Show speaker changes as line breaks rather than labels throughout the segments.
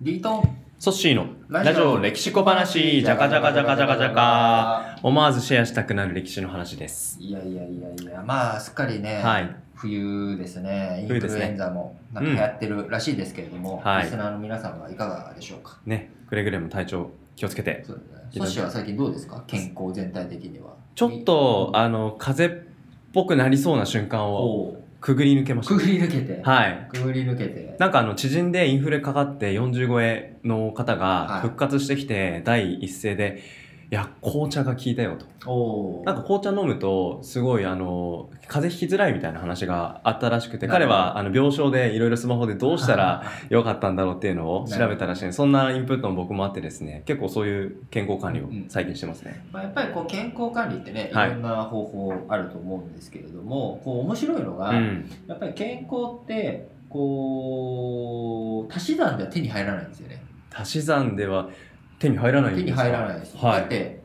リートン
ソッシーの
ラ
ラ
ジ
ジ
オ
オ歴史小話、じゃかじゃかじゃかじゃかじゃか、思わずシェアしたくなる歴史の話です。
いやいやいやいやまあすっかりね、
はい。
冬ですねイン
冬
フ
です
ル
ね
エンザもなんか流行ってるらしいですけれども、
はい
リスナーの皆さんはいかがでしょうか
ね、くれぐれも体調気をつけて。
そうだねソシは最近どうですか健康全体的には
ちょっと、あの、風邪っぽくなりそうな瞬間を
おう
くぐり抜けまし
くぐり抜けて、
た。はい。
くぐり抜けて
なんかあの、知人でインフレかかって40超えの方
は
が
い
復活してきて、第一声で、いや、紅茶が効いたよと。
おう
なんか紅茶飲むとすごいあの風邪ひきづらいみたいな話があったらしくて
なる
彼
ほど
はあの病床でいろいろスマホでどうしたらよかったんだろうっていうのを調べたらしいんでそんなインプットも僕もあってですね結構そういう健康管理を最近してますね、
まあ、やっぱりこう健康管理ってねい
はい
ろんな方法あると思うんですけれども、こう面白いのが、
うん
やっぱり健康ってこう足し算では手に入らないんですよね
足し算では手に入らないん
手
です
に
か
入らないです、
は
だっ
い
て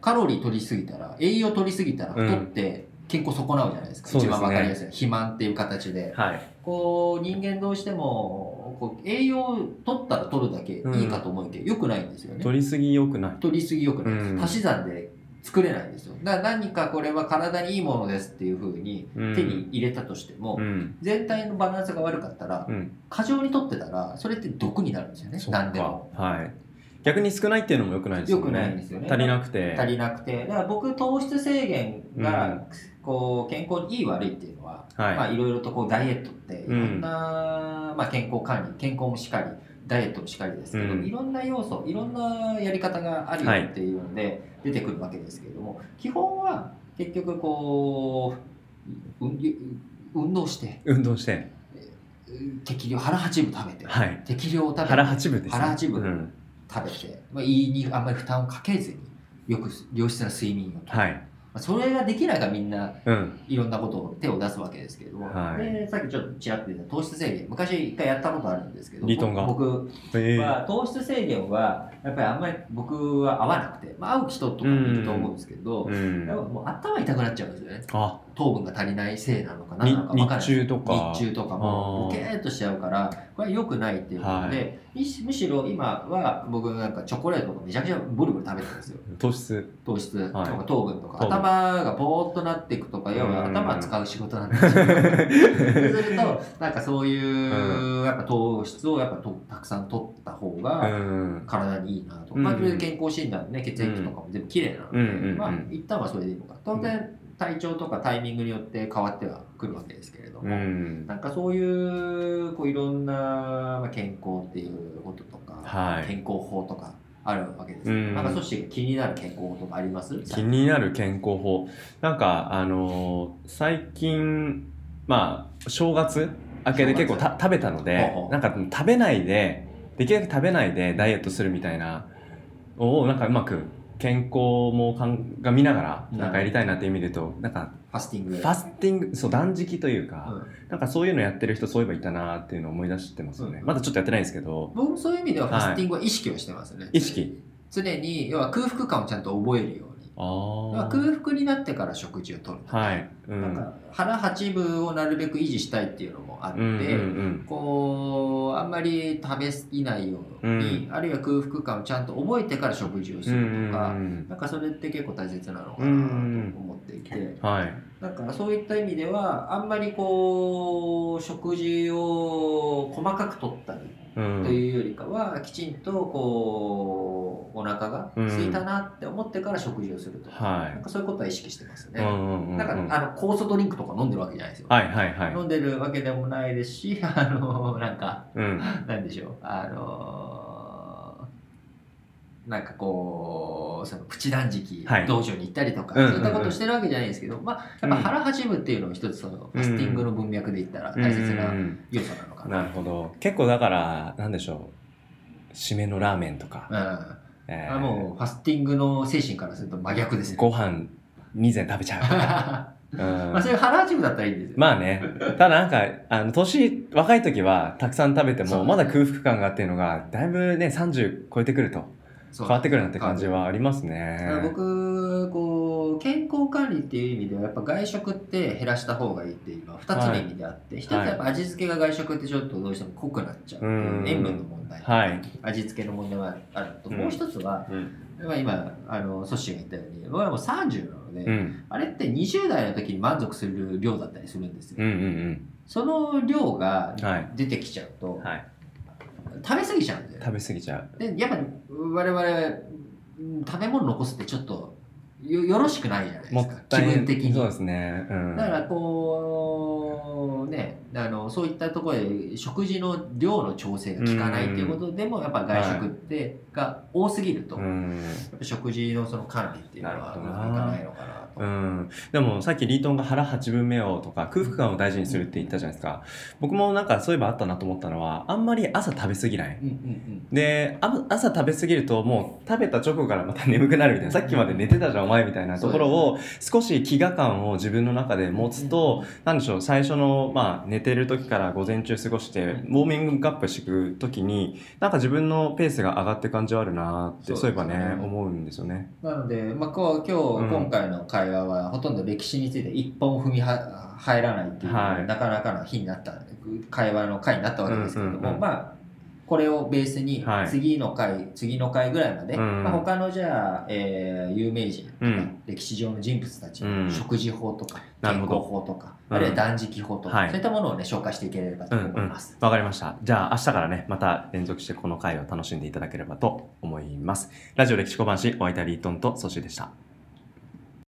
カロリー取りすぎたら栄養取りすぎたら太って健康損なうじゃないですか、
そう
一
ですね
番わかりやすい肥満っていう形で
はい
こう人間どうしてもこう栄養を取ったら取るだけいいかと思うけど、良くないんですよね
取りすぎ良くない
取りすぎよくないです、
うん
足し算で作れないんですよだから何かこれは体にいいものですっていうふうに
うん
手に入れたとしても、
うん
全体のバランスが悪かったら、
うん
過剰に取ってたらそれって毒になるんですよね
そっか
何でも
はい逆に少ないっていうのも良くないですよ
良
ね
くないんですよね
足りなくて
足りなくてだから僕糖質制限
う
が
ん
こう健康にいい悪いっていうのは、
はい、
まあいろいろとこうダイエットっていろんな、まあ、健康管理健康もしかりダイエットもしかりですけど、
うん
いろんな要素いろんなやり方があるよ
はい
っていうので出てくるわけですけれども、基本は結局こう運運動して
運動して
適量腹八分食べて
はい
適量を食べ
腹
て
八分です、ね、
腹八分
うん
食べて、まあ、胃にあんまり負担をかけずによく良質な睡眠をとる、
はい
まあそれができないからみんな
うん
いろんなことを手を出すわけですけれども、
はい
でさっきちょっとちらっと言った糖質制限昔一回やったことあるんですけど
リトンが
僕
ええ
は糖質制限はやっぱりあんまり僕は合わなくて、まあ、合う人とかもいると思うんですけど、
うん
やっぱもう頭痛くなっちゃうんですよね
あ
糖分が足りないせいなのか何
に
なのか分からない
日中とか
日中とかもボ
あー
ケーっとしちゃうからこれは良くないっていうこと
は
で、むしむしろ今は僕なんかチョコレートとかめちゃくちゃボリボリ食べてるんですよ
糖質
糖質と
はい
か糖分とか、
糖分
頭がぼーっとなっていくとか要は
うん
頭使う仕事なんです よそうするとなんかそういうやっぱ糖質をやっぱとたくさん取った方
う
が
ん
体にいいなと、
うん
まあ、それで健康診断ね血液とかも全部きれいなので、
うんうんうん
まあ一旦はそれでいいのか当然体調とかタイミングによって変わってはくるわけですけれども、
うん
なんかそういうこういろんなまあ健康っていうこととか、
はい
健康法とかあるわけですけど、
うん
なんかそして気になる健康法とかあります
気になる健康法なんかあのー最近まあ正月明けで結構た食べたので
ほうほう
なんか食べないでできるだけ食べないでダイエットするみたいなをなんかうまく健康もかんが見ながらなんかやりたいなっていう意味で言うとなんか
ファスティング
ファスティングそう断食というか、
うん
なんかそういうのやってる人そういえばいたなっていうのを思い出してますよね、
うん
まだちょっとやってないんですけど
僕もそういう意味ではファスティングは意識はしてますね、
意識
常に要は空腹感をちゃんと覚えるように
あ
要は
あ
空腹になってから食事をとる、
はい、う
なん
ん、
か腹八分をなるべく維持したいっていうのもあって、
うんうんうん
こうあんまり食べ過ぎないように、あるいは空腹感をちゃんと覚えてから食事をす
うんう
る
ん
とか、
うん
なんかそれって結構大切なのかなと思っていて、
はい
なんかそういった意味ではあんまりこう食事を細かくとったり
う
と
ん
いうよりかはきちんとこうお腹が空いたなって思ってから食事をするとか、なん
は
かそういうことは意識してます
い
ね。
うんうんうんうん
なんかあの酵素ドリンクとか飲んでるわけじゃないですよ。
はいはいはい
飲んでるわけでもないですし、あのなんか
うん
なんでしょうあのーなんかこうそのプチ断食
はい
道場に行ったりとか、
うんうんうん
そういったことをしてるわけじゃないですけど、まあ、やっぱ腹八分っていうのを一つそのファスティングの文脈で言ったら大切
うんう
なん要素なのか
うん
な。
なるほど結構だからなんでしょう締めのラーメンとか、
うん
えー
あもうファスティングの精神からすると真逆ですね。
ご飯2膳食べちゃうとか、
ま
うん
あ、それ腹八分だったらいいんですよ。
まあね。ただなんか、あの、年、若い時はたくさん食べて
そう
も、まだ空腹感がっていうのが、だいぶね、30超えてくると、
そう
変わってくるなって感じはありますね。
だから僕こう健康管理っていう意味ではやっぱ外食って減らした方がいいっていうのは2つの意味であって、一つはやっぱ味付けが外食ってちょっとどうしても濃くなっちゃうっていう
うん
塩分の問問題、
はい
味付けの問題はあると、
うん
もう一つは、
うん
まあ今あのソッシーが言ったように僕はもう30なので、
うん
あれって20代の時に満足する量だったりするんですよ、
うんうん
その量が
うんはい
出てきちゃうと、
はい
食べ過ぎちゃうんだよ
食べ過ぎちゃう
でやっぱり我々うん食べ物残すってちょっとよよろしくないじゃないで
も
す
っ
か
た
気
い
分的に
そうですねうん
だからこうねあのそういったところで食事の量の調整が効かないっていうことでもやっぱ外食ってが多すぎると、
うん
食事のその管理っていうのはうまくいかないのかなと。
うん、でもさっきリートンが腹8分目をとか空腹感を大事にするって言ったじゃないですか僕もなんかそういえばあったなと思ったのはあんまり朝食べ過ぎない
うんうん
であ朝食べ過ぎるともう食べた直後からまた眠くなるみたいなさっきまで寝てたじゃんお前みたいなところを少し飢餓感を自分の中で持つとなんでしょう最初の、まあ、寝てる時から午前中過ごしてウォーミングアップしていく時になんか自分のペースが上がって感じはあるなってそ
そうう
い
で
え
す
ば
ね
ね思うんですよね。
なので、まあ、こう今
うん
日今回の会話はほとんど歴史について一本踏みは入らないっていう、
はい
なかなかな日になった会話の回になったわけですけれども、
うんうんうん
まあこれをベースに
はい
次の回、次の回ぐらいまで、
うん
まあ、他のじゃあ、えー有名人とか、
うん
歴史上の人物たち
う
の
ん
食事法とか、
なる
健康
ほど
法とか、
うん
あるいは断食法とか、
はい
そういったものをね紹介していければと
うんう
思い
ん
ます。、
わかりました。じゃあ明日からね、また連続してこの回を楽しんでいただければと思います。ラジオ歴史小判士、お相手はリートンとソシーでした。